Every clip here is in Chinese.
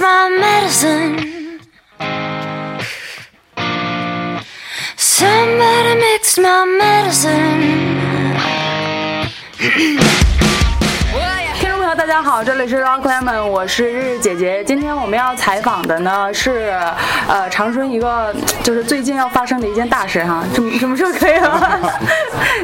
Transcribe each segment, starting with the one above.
my medicine. Somebody mixed my medicine. 听众朋友，大家好，这里是 Rock Lemon，我是日日姐姐。今天我们要采访的呢是，呃，长春一个就是最近要发生的一件大事哈，什么什么时候可以 了？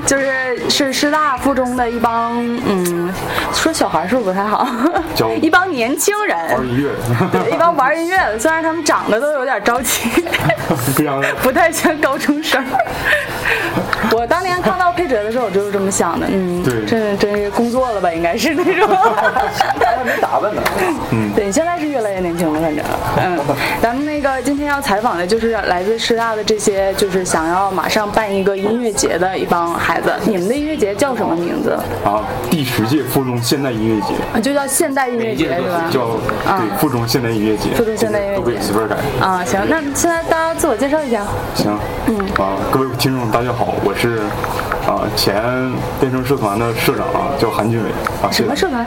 就是是师大附中的一帮，嗯，说小孩是不是不太好叫？ 一帮年轻人玩，音乐，对一帮玩音乐的，虽然他们长得都有点着急。 非常的不太像高中生。 我当年看到佩哲的时候，我就是这么想的，嗯，对这这是工作了吧，应该是那种。还没 打扮呢。嗯对，现在是越来越年轻了，反正，嗯，咱们那个今天要采访的就是来自师大的这些，就是想要马上办一个音乐节的一帮孩子。你们的音乐节叫什么名字？啊，第十届附中现代音乐节啊就叫现代音乐节是吧？啊叫对附中现代音乐节，附中现代音乐节都可以随便改。啊，行，那现在大家自我介绍一下。行，嗯啊，各位听众大家好，我是啊前电声社团的社长啊，叫韩俊伟啊。什么社团？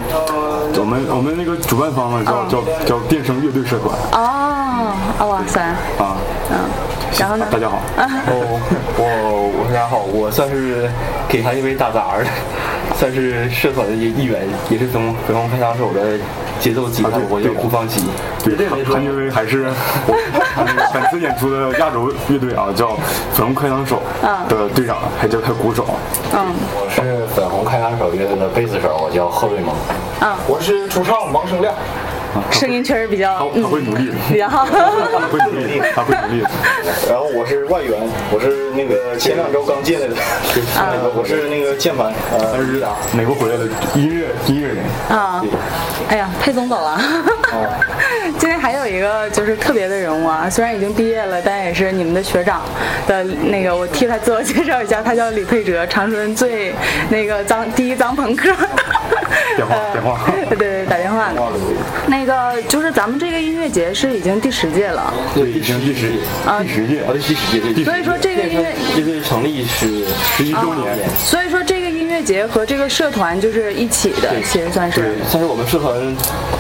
我们我们那个主办方啊，叫叫叫电声乐队社团哦，啊哇塞，啊。然后呢啊大家好，哦，我我大家好，我算是给韩一威打杂儿的， 算是社团的一一员，也是从北方派枪手的节奏吉他，啊对我叫顾方奇。对，韩韩俊伟还是我 那个本次演出的亚洲乐队啊，叫粉红开膛手啊的队长，还叫他鼓手。嗯我是粉红开膛手乐队的贝斯手，我叫贺瑞萌。嗯，我是主唱王生亮。声音确实比他较嗯他会努力的，比较 好。他会努力的，他会努力的。然后我是外援，我是那个前两周刚进来的， 那个我是那个键盘。他呃，是美国回来的音乐音乐人，啊，哎呀，佩总走了。 今天还有一个就是特别的人物啊，虽然已经毕业了，但也是你们的学长的那个，我替他自我介绍一下，他叫李佩哲，长春最那个脏第一脏朋克。电 话电话呃对对，打电话。那个就是咱们这个音乐节是已经第十届了，对，已经第十第十届啊，对，第十届，所以说这个啊音乐乐队成立是十一周年，所以说这个音乐节和这个社团就是一起的，其实算是对，算是我们社团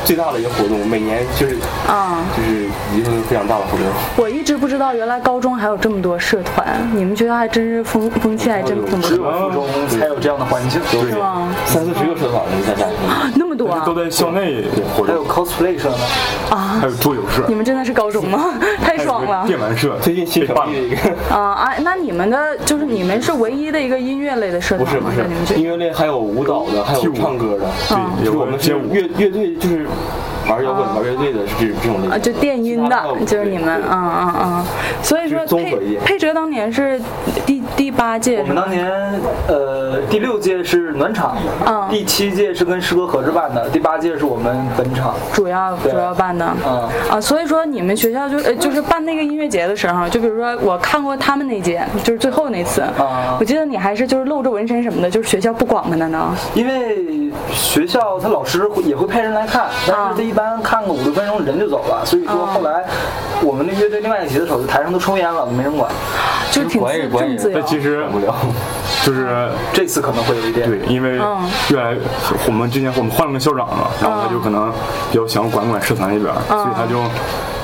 最大的一个活动，每年就是啊。就是一个非常大的活动。我一直不知道，原来高中还有这么多社团，你们学校还真是风风气还哦真不怎么有附中哦才有这样的环境，对是吗？三四十个社团，你想想，那么多啊都！在校内活还有动， cosplay 社呢，还有桌游社你，们真的是高中 吗？太爽啊还有了！电玩社，最近新成立的一个，啊啊！那你们的就是你们是唯一的一个音乐类的社不是团吗不？ 在你们是，这音乐类还有舞蹈的，还踢有舞唱歌的，对，嗯就是有我我们们是街舞，乐乐队，就是玩摇滚、玩乐队的是这这种类啊，型。就电音的其他，就是你们，对嗯嗯嗯。所以说就是综合一佩点佩哲当年是第第八届我是们吗？当年呃第六届是暖场，嗯第七届是跟师哥合着办的，第八届是我们本场，主要主对要办的。嗯。啊，所以说你们学校就呃就是办那个音乐节的时候，就比如说我看过他们那届，就是最后那次，啊我记得你还是就是露着纹身什么的，就是学校不管吗？难道？因为学校他老师会也会派人来看，但啊是他一般看个五六分钟人就走了，所以说啊后来我们那乐队另外一个吉他手在台上都抽烟了，没人管。就是挺管也自管正也自由那。其实不了，就是。这次可能会有一点。对，因为嗯越来我们之前我们换了个校长嘛，然后他就可能比较想管管社团那边，嗯所以他就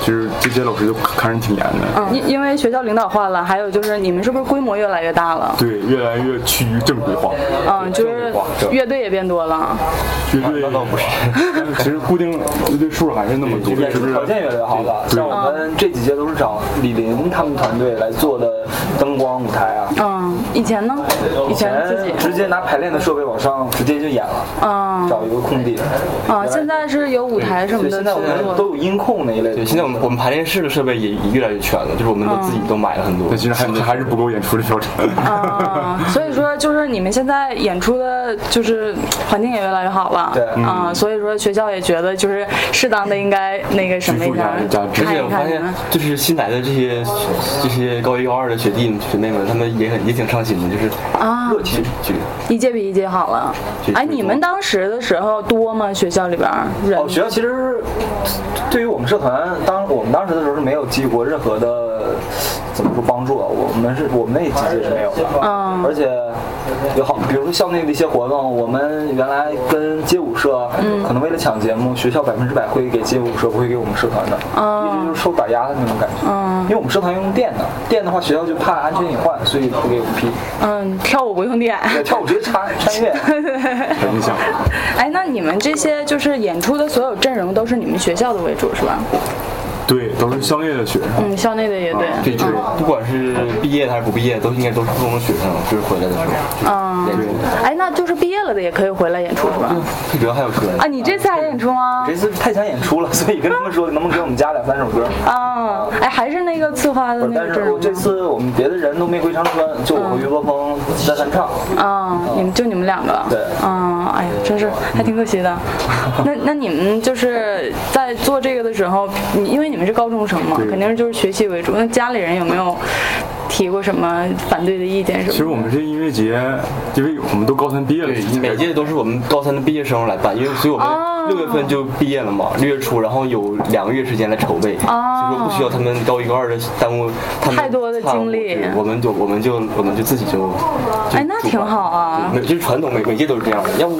就是这些老师就看人挺严的，因因为学校领导换了，还有就是你们是不是规模越来越大了？对，越来越趋于正规化。嗯，就是乐队也变多了。绝对那倒不是，其实固定乐队数还是那么多，演是出不是？条件越来越好了，像我们这几届都是找李林他们团队来做的灯光舞台啊。嗯，以前呢？以以前前自己。直接拿排练的设备往上直接就演了，嗯找一个空地。啊，现在是有舞台什么对，的。现在我是吧们都有音控那一类的。对，现在我们我们排练室的设备也也越来越全了，就是我们嗯都自己都买了很多那。其实还还是不够演出的标准。啊， 所以说就是你们现在演出的，就是环境也越来越好了。对啊，所以说学校也觉得就是适当的应该那个什么一下嗯支付看一下人，家而且我一发看你现们。，就是新来的这些这些高一高二的学弟们学妹们，他们也很也挺上心的，就是啊乐趣就一届比一届好了这。哎，这你们当时的时候多吗？学校里边儿哦人？哦，学校其实对于我们社团，当我们当时的时候是没有激活任何的的怎么说帮助啊？我们是我们那几届是没有的，嗯而且有好，比如说校内的一些活动，我们原来跟街舞社，嗯可能为了抢节目，学校百分之百会给街舞社，不会给我们社团的，哦一直就是受打压的那种感觉。嗯因为我们社团用电的，电的话学校就怕安全隐患，所以不给我们批。嗯，跳舞不用电。对跳舞直接插穿越。很影响。哎，那你们这些就是演出的所有阵容都是你们学校的为主是吧？对，都是校内的学生。嗯，校内的乐啊队。这就是不管是毕业的还是不毕业，都应该都是初中的学生，就是回来的时候。嗯，对，哎，那就是毕业了的也可以回来演出是吧？主要还有车。啊，你这次还演出吗？嗯这次太想演出了，所以跟他们说，能不能给我们加两三首歌？啊，哎，还是那个策划的不是那个嗯阵但是容我这吗？次我们别的人都没回长春，就我和余伯峰在翻唱。啊，你们就你们两个。对嗯，哎呀，真是还挺可惜 的。那那你们就是在做这个的时候，你因为你们是高中生嘛，对肯定是就是学习为主。那家里人有没有提过什么反对的意见什其么实我们这音乐节，因为我们都高三毕业了，对，每届都是我们高三的毕业生来办，因为所以我哦们六月份就毕业了嘛，六月初，然后有两个月时间来筹备，哦所以说不需要他们高一高二的耽误他们太多的精力对我们就我们就我们就自己就，就哎那挺好啊对每就是传统每每届都是这样的，要不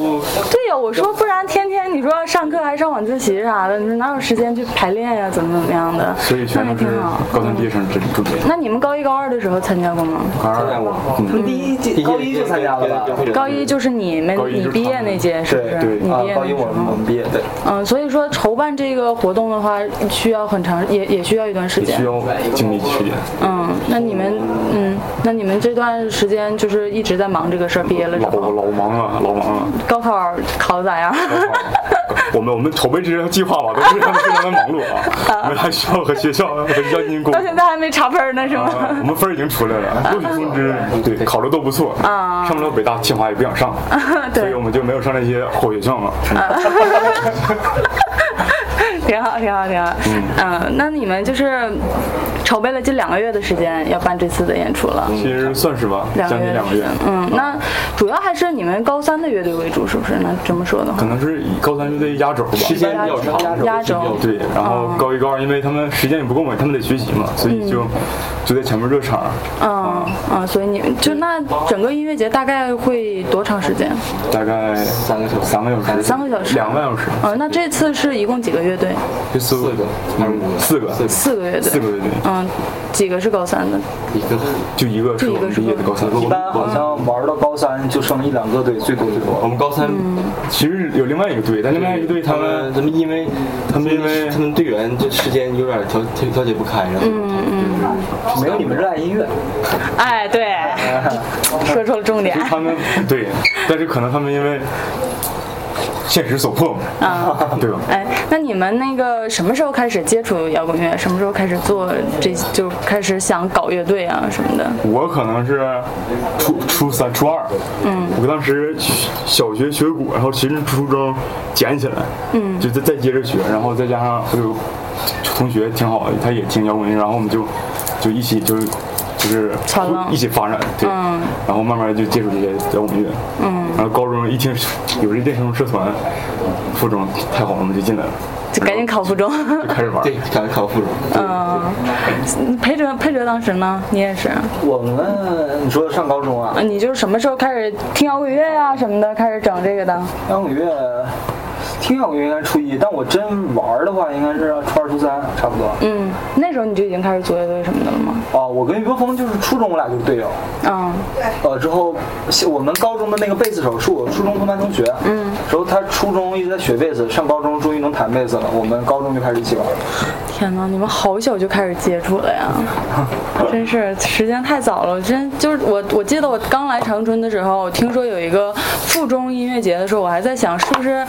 对呀，我说不然天天你说上课还上晚自习啥的，你说哪有时间去排练呀、怎么怎么样的？所以全都是高三毕业生这准备。那你们高一高二的时候参加过吗？高参加二过，哦第一届高一就参加了吧？高一就是你们高一就是你毕业那届是不是？对对你啊毕业，高那一时我们我候，们毕业对，嗯，所以说筹办这个活动的话，需要很长，也也需要一段时也需间。要经历区间。嗯，那你们，嗯，那你们这段时间就是一直在忙这个事儿，毕业了之老后，老忙啊，老忙啊！ 高考考的咋样？ 我们我们筹备这些计划吧，都非常非常的忙碌啊，我们还需要和学校和校进行沟到通。现在嗯还没查分儿呢，是吗？啊，我们分儿已经出来了，录取通知对考的都不错，啊上不了北大，清华也不想上，嗯所以我们就没有上那些好学校嘛。 挺好，挺好，挺好。嗯、那你们就是筹备了近两个月的时间要办这次的演出了，其实算是吧，将两个月近两个月的时，间嗯，那主要还是你们高三的乐队为主，是不是？那这么说的话可，能是以高三乐队压轴吧。时间比较长，压轴时间比较对，然哦后高一高二，因为他们时间也不够嘛，他们得学习嘛，所以就就在前面热场，嗯嗯，所以你们就那整个音乐节大概会多长时间？大概三个小时三个小时，三个小时两个半小时，嗯，那这次是一共几个乐队？就四四个还是五个四个，嗯四四个个乐队。四个乐队，嗯，几个是高三的？一个就一个是我们毕业的高三。一般好像玩到高三就剩一两个队，最多最我多。们高三其实有另外一个队，但另外一个队他他们们他们因为他们因为他们队员这时间有点调调调节不开，然后嗯没有你们热爱音乐，哎， 对，说出了重点。他们对，但是可能他们因为现实所迫嘛，啊，对吧？哎，那你们那个什么时候开始接触摇滚乐？什么时候开始做这就开始想搞乐队啊什么的？我可能是初初三、初二，嗯，我当时小学学鼓，然后其实初中捡起来，嗯，就再再接着学，然后再加上我有同学挺好的，他也听摇滚乐，然后我们就就一起就是就是传了一起发展，对，然后慢慢就接触这些摇滚乐，嗯，然后高中一听有这电声社团，附中太好了，我们就进来了，就赶紧考附中。就开始玩对，赶考附中，嗯，裴哲，裴哲当时呢，你也是，我们你说上高中啊，你就是什么时候开始听摇滚乐呀、什么的，开始整这个的？摇滚乐。听摇滚乐应该初一，但我真玩的话，应该是初二、初三差不多。嗯，那时候你就已经开始组乐队什么的了吗？哦，我跟俞伯峰就是初中，我俩就是队友。嗯，呃，之后我们高中的那个贝斯手是我初中同班同学，嗯，之后他初中一直在学贝斯，上高中终于能弹贝斯了，我们高中就开始一起玩。天哪，你们好小就开始接触了 呀，真是时间太早了。真就是我，我记得我刚来长春的时候，我听说有一个附中音乐节的时候，我还在想是不是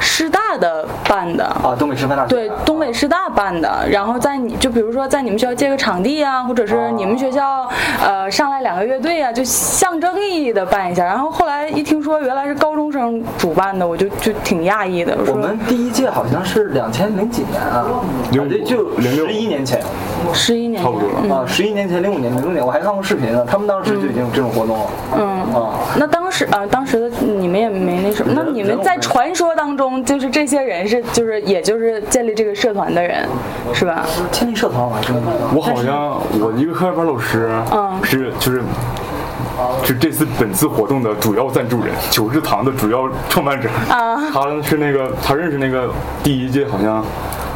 师大的办的。啊，东北师范大学。对，东北师大办的，然后在你就比如说在你们学校借个场地啊，或者是你们学校呃上来两个乐队啊，就象征意义的办一下。然后后呃来一听说原来是高中生主办的，我就就挺讶异的。我我说们第一届好像是两千零几年啊，零反正就06十一年前十一年差不多前了啊，十一年前、零五年、零六年，我还看过视频呢，他们当时就已经有这种活动了。嗯啊，那当时啊、当时的你们也没那什么，那你们在传说当中就是这些人是就是也就是建立这个社团的人，是吧？天立社团我啊还真的不知道我好像我一个课外班老师，嗯是就是。是这次本次活动的主要赞助人，九世堂的主要创办者。啊他是那个他认识那个第一届好像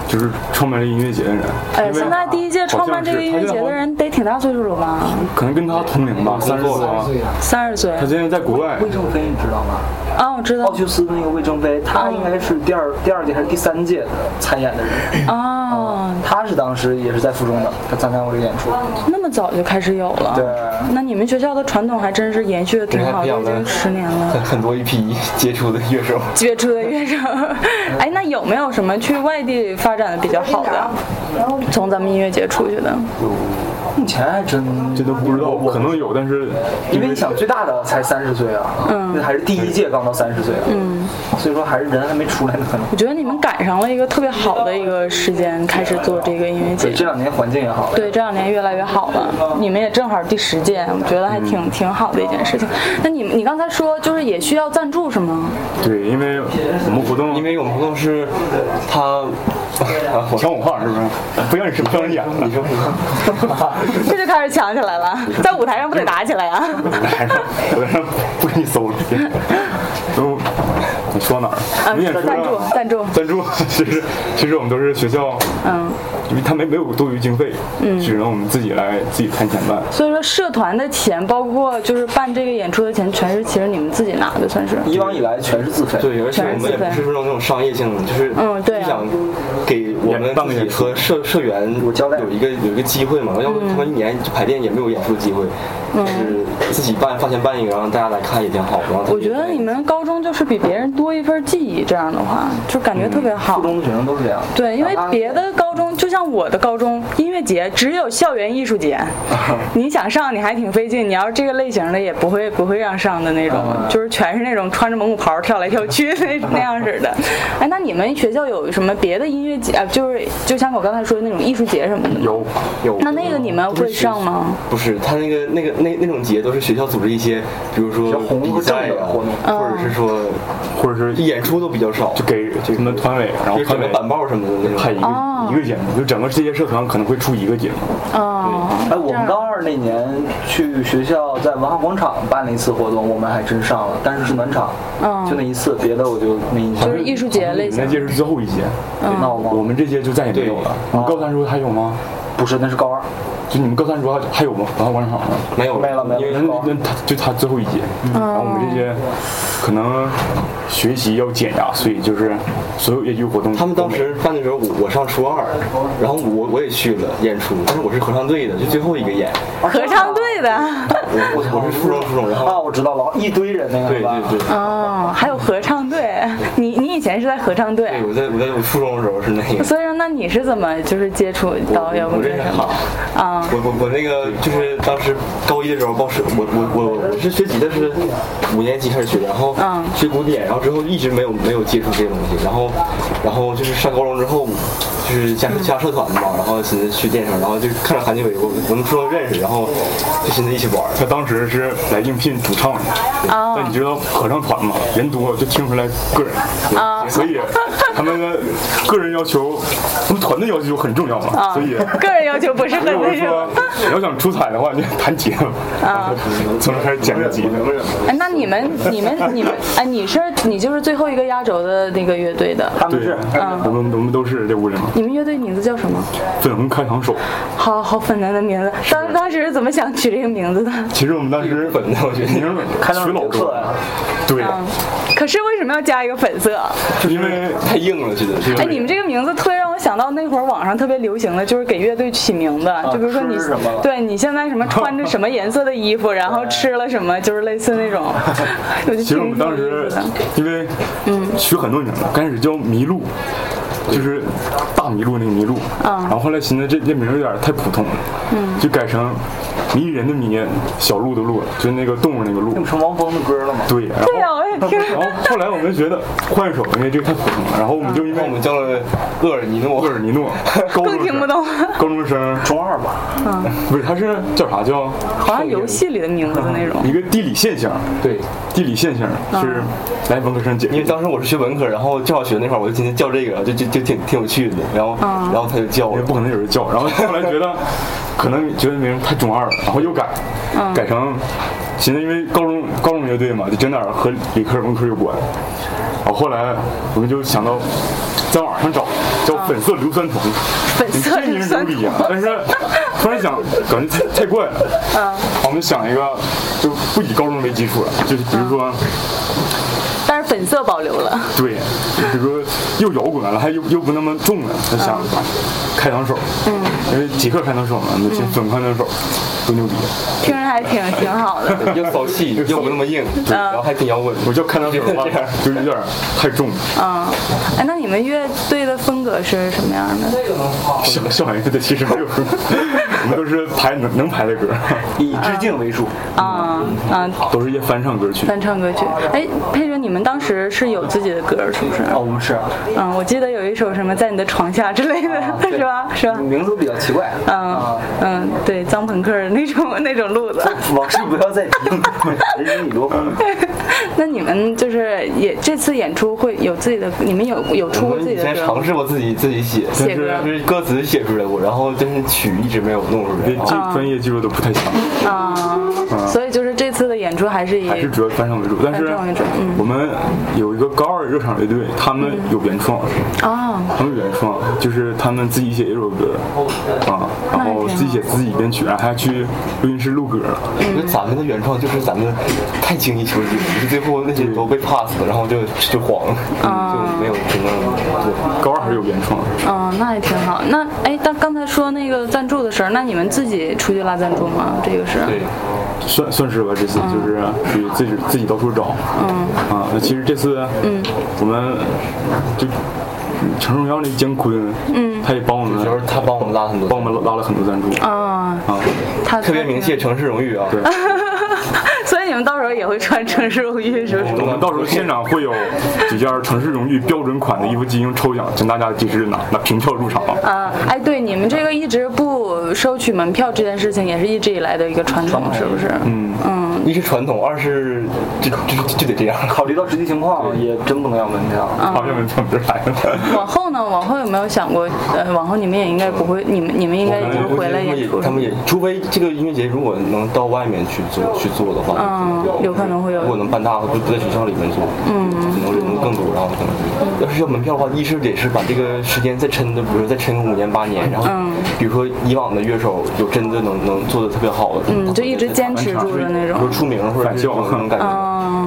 就是创办这音乐节的人。呃，因为现在第一届创办这个音乐节的人得挺大岁数了吧？可能跟他同龄吧，三十多吧。三十岁他现在在国外，魏正飞你知道吗？啊，我知奥哦道修斯那个魏征飞，他应该是第二第二届还是第三届的参演的人，啊，他是当时也是在附中的，他参加过这个演出。那么早就开始有了。对，那你们学校的传统还真是延续的挺好，对还都培养已了经十年很了。很多一批杰出的乐手，接触的乐手， 哎，那有没有什么去外地发展的比较好的？从咱们音乐节出去的，目前还真这都不知道，可能有，但是因为你想最大的才三十岁啊，嗯那还是第一届刚到三十岁啊，所以说还是人还没出来呢，可能。我觉得你们赶上了一个特别好的一个时间，开始做这个音乐节对，。这两年环境也好了，对，这两年越来越好了。你们也正好第十届，我觉得还挺、嗯挺好的一件事情。那你们，你刚才说就是也需要赞助是吗？ 对，因为我们活动因为我们活动是他， 啊，我抢我话是不是？不让你不让你演了，你说你说，这就开始抢起来了，在舞台上不得打起来啊？还是我让不给你搜了。都你说哪儿？我啊们演出啊赞助赞助赞助， 其实其实我们都是学校，嗯，因为他没没有多余经费，只能我们自己来自己摊钱办。所以说社团的钱，包括就是办这个演出的钱，全是其实你们自己拿的，算是。以往以来全是自费，对，而且我们也不是说那种商业性的，就是嗯对啊就想给我们自己和社社员有交代有一个有一个机会嘛，要嗯不他们一年排练也没有演出机会，就是自己办花钱办一个，然后大家来看也挺好。然后他我觉得你们高中就是比别人多一份记忆，这样的话就感觉特别好。附中的学生都是这样。对，因为哪怕别的高中，就像我的高中，音乐节只有校园艺术节，你想上你还挺费劲，你要是这个类型的也不会不会让上的那种，就是全是那种穿着蒙古袍跳来跳去那那样式的。哎，那你们学校有什么别的音乐节？啊、就是就像我刚才说的那种艺术节什么的吗？有有那那个你们会上吗？不是，他那个那个那那种节都是学校组织一些，比如说较红比和正赛的啊，活动嗯或者是说或者是演出都比较少，就给这他们团委，然后就团整委个板报什么的那种派一。个一个节目，就整个世界社团可能会出一个节目。哦，哎，我们高二那年去学校在文化广场办了一次活动，我们还真上了，但是是暖场，嗯就那一次，别的我就没印象就。是嗯艺术节类你那型。届是最后一届，那我忘我了，们这届就再也没有了。你高三时候还有吗？不是，那是高二。就你们高三时候还还有吗？文化广场吗？没有没了没了因为那那他就他最后一节，然后我们这些可能学习要减压，所以就是所有业余活动他们都当没时办的时候，我我上初二，然后我我也去了演出，但是我是合唱队的，就最后一个演，合唱队的，我我我是初中初中，然啊，后我知道了，一堆人那个对是吧？对对。哦，还有合唱队。你你以前是在合唱队？哎对，我在我在我初中的时候是那个，所以说，那你是怎么就是接触到摇我滚我乐认识什么好，的啊？我我我那个就是当时高一的时候报社，我我我我是学吉他是五年级开始学，然后嗯学古典，然后之后一直没有没有接触这些东西，然后然后就是上高中之后就是加加社团嘛，然后寻思去电商，然后就看着韩继伟，我我们初中认识，然后就寻思一起玩儿。他当时是来应聘主唱的，哦但你知道合唱团嘛，人多就听不出来个人，所以他们的个人要求，他们团队要求很重要嘛，所以。个人要求不是所以很我那就说种。，你要想出彩的话，你就弹吉他，啊， 从这开始捡个吉他。哎，那你们、你们、你们，哎，你是你就是最后一个压轴的那个乐队的。他们对是，我们我们都是这屋里嘛，你们乐队名字叫什么？粉红开膛手。好好粉嫩的名字，当当时是怎么想取这个名字的？其实我们当时粉的我觉得名儿开到取老课多呀，，啊嗯对，可是为什么要加一个粉色？就因为太硬了，觉得这个哎，你们这个名字特别让我想到那会儿网上特别流行的就是给乐队起名啊字，就比如说你吃什么了对你现在什么穿着什么颜色的衣服，然后吃了什么，就是类似那 种。我就其实我挺们当有时意思的因为嗯取很多名了，刚开始叫麋鹿，就是大麋鹿那个麋鹿，嗯然后后来寻思这这名儿有点太普通了，就改成迷人的迷，小鹿的鹿，就是那个动物那个鹿那，不成汪峰的歌了吗？对，然对呀、啊我后也听。然后后来我们觉得换一首，因为这个太普通了，然后我们就因为让我们叫了厄尔尼诺厄。尔尼诺，高中更听不生懂。嗯高中生中二吧，不是，它是叫啥叫？好像游戏里的名字那种。一个地理现象，对，地理现象嗯是来文科生解因为释。当时我是学文科，然后教小学那块儿，我就天天教这个，就就就挺挺有趣的。然后，嗯然后他就教我也，不可能有人叫，然后后来觉得可能觉得名儿太中二了，然后又改，嗯改成寻思因为高中高中乐队嘛，就整点儿和理科文科有关。然后后来我们就想到在网上找叫粉色硫酸铜，嗯粉色这硫名酸儿铜牛逼啊！但是突然想感觉太太怪了，嗯我们想一个就不以高中为基础了，就是比如说。但是粉色保留了。对， 比如说又摇滚了，还又又不那么重了，他想开膛手，嗯，因为极客开膛手嘛，那些粉开膛手多牛逼，听着还挺挺好的。又骚气，又不那么硬，嗯对然后还挺摇滚。我叫开膛手的话这样，就有点太重了，嗯，哎，那你们乐队的风格是什么样的？小小玩意儿的其实没有， 我们都是排能能排的歌，以致敬为主。啊、啊，都是一些翻唱歌曲，翻唱歌曲。哎，佩哲，你们当时是有自己的歌是不是？哦，我们是啊，嗯，我记得有一首什么在你的床下之类的，啊 是吧？是吧？名字比较奇怪。嗯嗯，对，脏朋克的那种那种路子。往事不要再提， 人生已多风。那你们就是也这次演出会有自己的，你们有有出我过自己们以的前歌尝吗？试过自己自己写，写歌但是歌词写出来过，然后但是曲一直没有弄出对来。嗯技专业技术都不太强，所以就是这次的演出还是以还是主要翻唱为主，但是翻唱为主嗯我们有一个高二热场乐队，他们有原创，啊，他们原创就是他们自己写一首歌啊，然后自己写自己编曲，然后还去录音室录歌。因为咱们的原创就是咱们太精益求精，就最后那些都被 pass 了，然后就就黄了，就没有真正对。高二还是有原创，嗯，那也挺好。那哎，但刚才说那个赞助的事儿，那你们自己出去拉赞助吗？这个是？对，算算是吧。这嗯次就是去自己自己到处找。啊，那其实这次，嗯，我们就嗯陈荣耀那姜昆，嗯，他也帮我们就是他帮我们拉很多，帮我们拉了很多赞助啊，啊。他特别鸣谢城市荣誉啊。对 所以你们到时候也会穿城市荣誉，哦是不是？我们到时候现场会有几件城市荣誉标准款的衣服进行抽奖，请大家及时拿拿凭票入场。啊，哎，对，你们这个一直不收取门票这件事情，也是一直以来的一个传统，是不是？嗯嗯，一是传统，二是就就就得这样。考虑到实际情况，也真不能要门票。啊嗯好，下面从这来了。往后呢？往后有没有想过？呃，往后你们也应该不会，你们你们应该已经回来嗯演出他们也，除非这个音乐节如果能到外面去做去做的话，嗯就有可能会有如果能办大的，不不在学校里面做，嗯，可能人会更多，然后可能要是要门票的话，一是得是把这个时间再抻的，比如说再抻个五年八年，然后嗯比如说以往的乐手有真的能能做的特别好的，嗯，就一直坚持住的那比如种。出名或者是有那种感觉，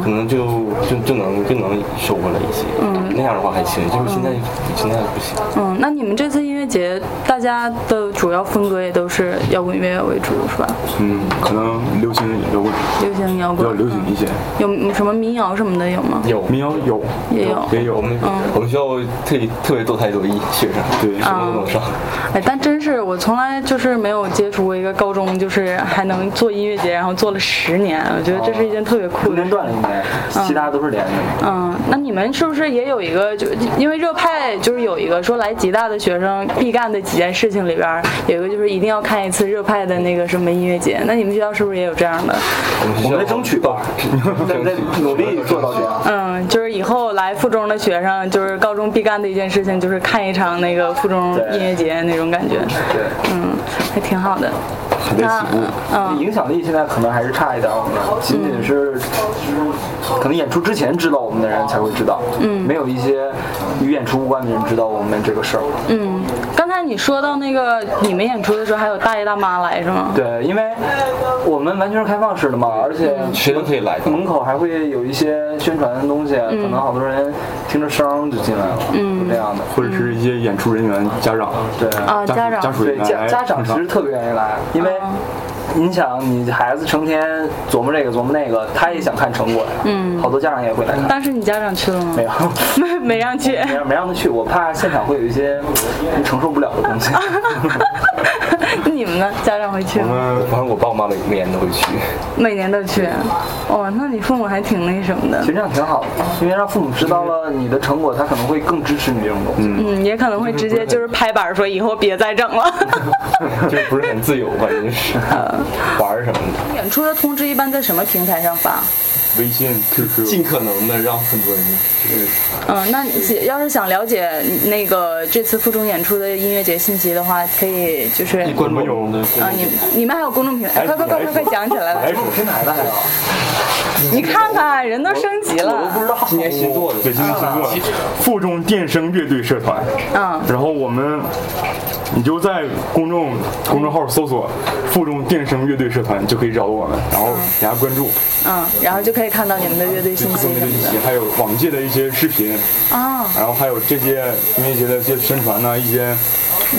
可能就就就能就能收回来一些，那样的话还行，就是现在现在不行。嗯，那你们这次音乐节，大家的主要风格也都是摇滚乐为主，是吧？嗯，可能流行摇滚流行摇比较滚，流行一嗯些，有什么民谣什么的有吗？有民谣有也有也我有，们我们学校特别特别多才多艺，学生对什么都能上。哎，但真是我从来就是没有接触过一个高中，就是还能做音乐节，然后做了十年，我觉得这是一件特别酷中的间事。断了一年，其他都是连着的。嗯，那你们是不是也有一个，就因为热派就是有一个说来吉大的学生必干的几件事情里边儿，有一个就是一定要看一次热派的那个什么音乐节。那你们学校是不是也有这样的？我我们们在争取吧，嗯在在努力做到这样。嗯，就是以后来附中的学生，就是高中必干的一件事情，就是看一场那个附中音乐节那种感觉。对，嗯，还挺好的。很在起步，影响力现在可能还是差一点，我们仅仅是可能演出之前知道我们的人才会知道，嗯，没有一些与演出无关的人知道我们这个事儿。嗯，刚才你说到那个你们演出的时候，还有大爷大妈来是吗？对，因为我们完全是开放式的嘛，而且谁都可以来的。门口还会有一些宣传的东西，啊可能好多人听着声就进来了，嗯，哦这样的。或者是一些演出人员、家长、对啊，家家长属家属对人员家来家长捧其场实特别愿意来，因为你想，你孩子成天琢磨这个琢磨那个，他也想看成果呀。嗯，好多家长也会来看。当时你家长去了吗 没？有，没 没让去。没让没让他去，我怕现场会有一些你承受不了的东西。你们们家长会去我吗？们反正我爸我妈每每年都会 去，每年都去。哦，那你父母还挺那什么的其，实这样挺好的，因为让父母知道了你的成果，他可能会更支持你这种东西。嗯，也可能会直接就是拍板说以后别再整了。就是不是很自由，反正就是玩儿什么的，演出的通知一般在什么平台上发？微信、QQ 尽。可能的让很多人就是嗯，那你姐要是想了解那个这次附中演出的音乐节信息的话，可以就是关注我们的啊，你你们还有公众平台？哎快快快快快讲起来了！哎，天台的还有，你看看，人都升级我都不了。知道。今年新做的，北京星座附中电声乐队社团。嗯，然后我们，你就在公众公众号搜索“附中电声乐队社团”就可以找到我们，然后给大家关注，嗯，然后就可以看到你们的乐队对信附息中什乐队么信息，还有往届的一些视频，的啊。然后还有这届音乐节的一些宣传呐、一些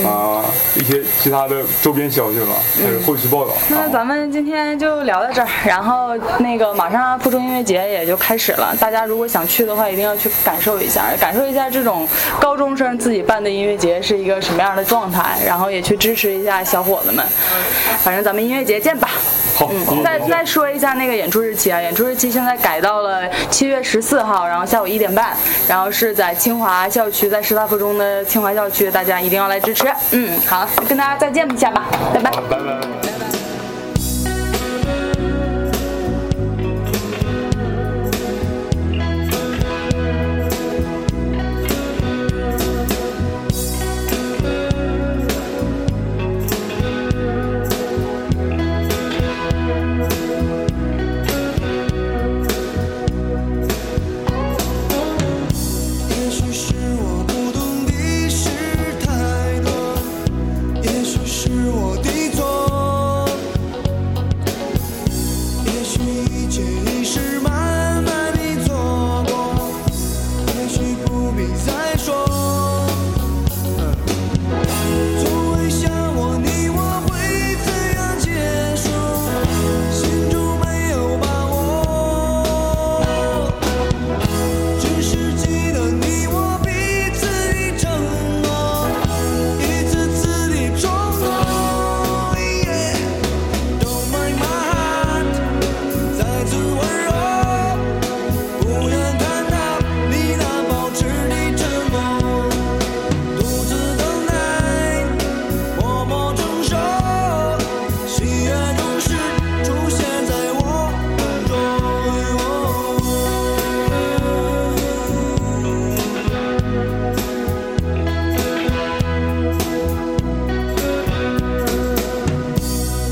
啊、一些其他的周边消息吧，还有后续报道。那咱们今天就聊到这儿， 然后那个马上附中音乐节也就开始了，大家如果想去的话，一定要去感受一下，感受一下这种高中生自己办的音乐节是一个什么样的状态，然后也去支持一下小伙子们。反正咱们音乐节见吧。好，今天再再说一下那个演出日期啊，演出日期现在改到了七月十四号，然后下午一点半，然后是在清华校区，在师大附中的清华校区，大家一定要来支持。嗯，好，跟大家再见一下吧，拜拜。拜拜。也许是我不懂的事太多，也许是我的错，也许一切已是慢慢的错过，也许不必再说。从未想过你我会怎样结束，心中没有把握。只是记得你我彼此的承诺，一次次的冲动。Don't break my heart，再次温柔，不愿看到你那保持的沉默，独自等待，默默承受，喜悦总是出现在我梦中。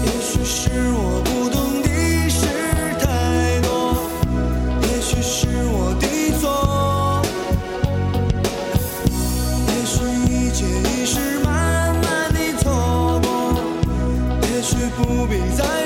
也许是我不懂的事太多，也许是我的错，也许一切已是慢慢的错过，也许不必再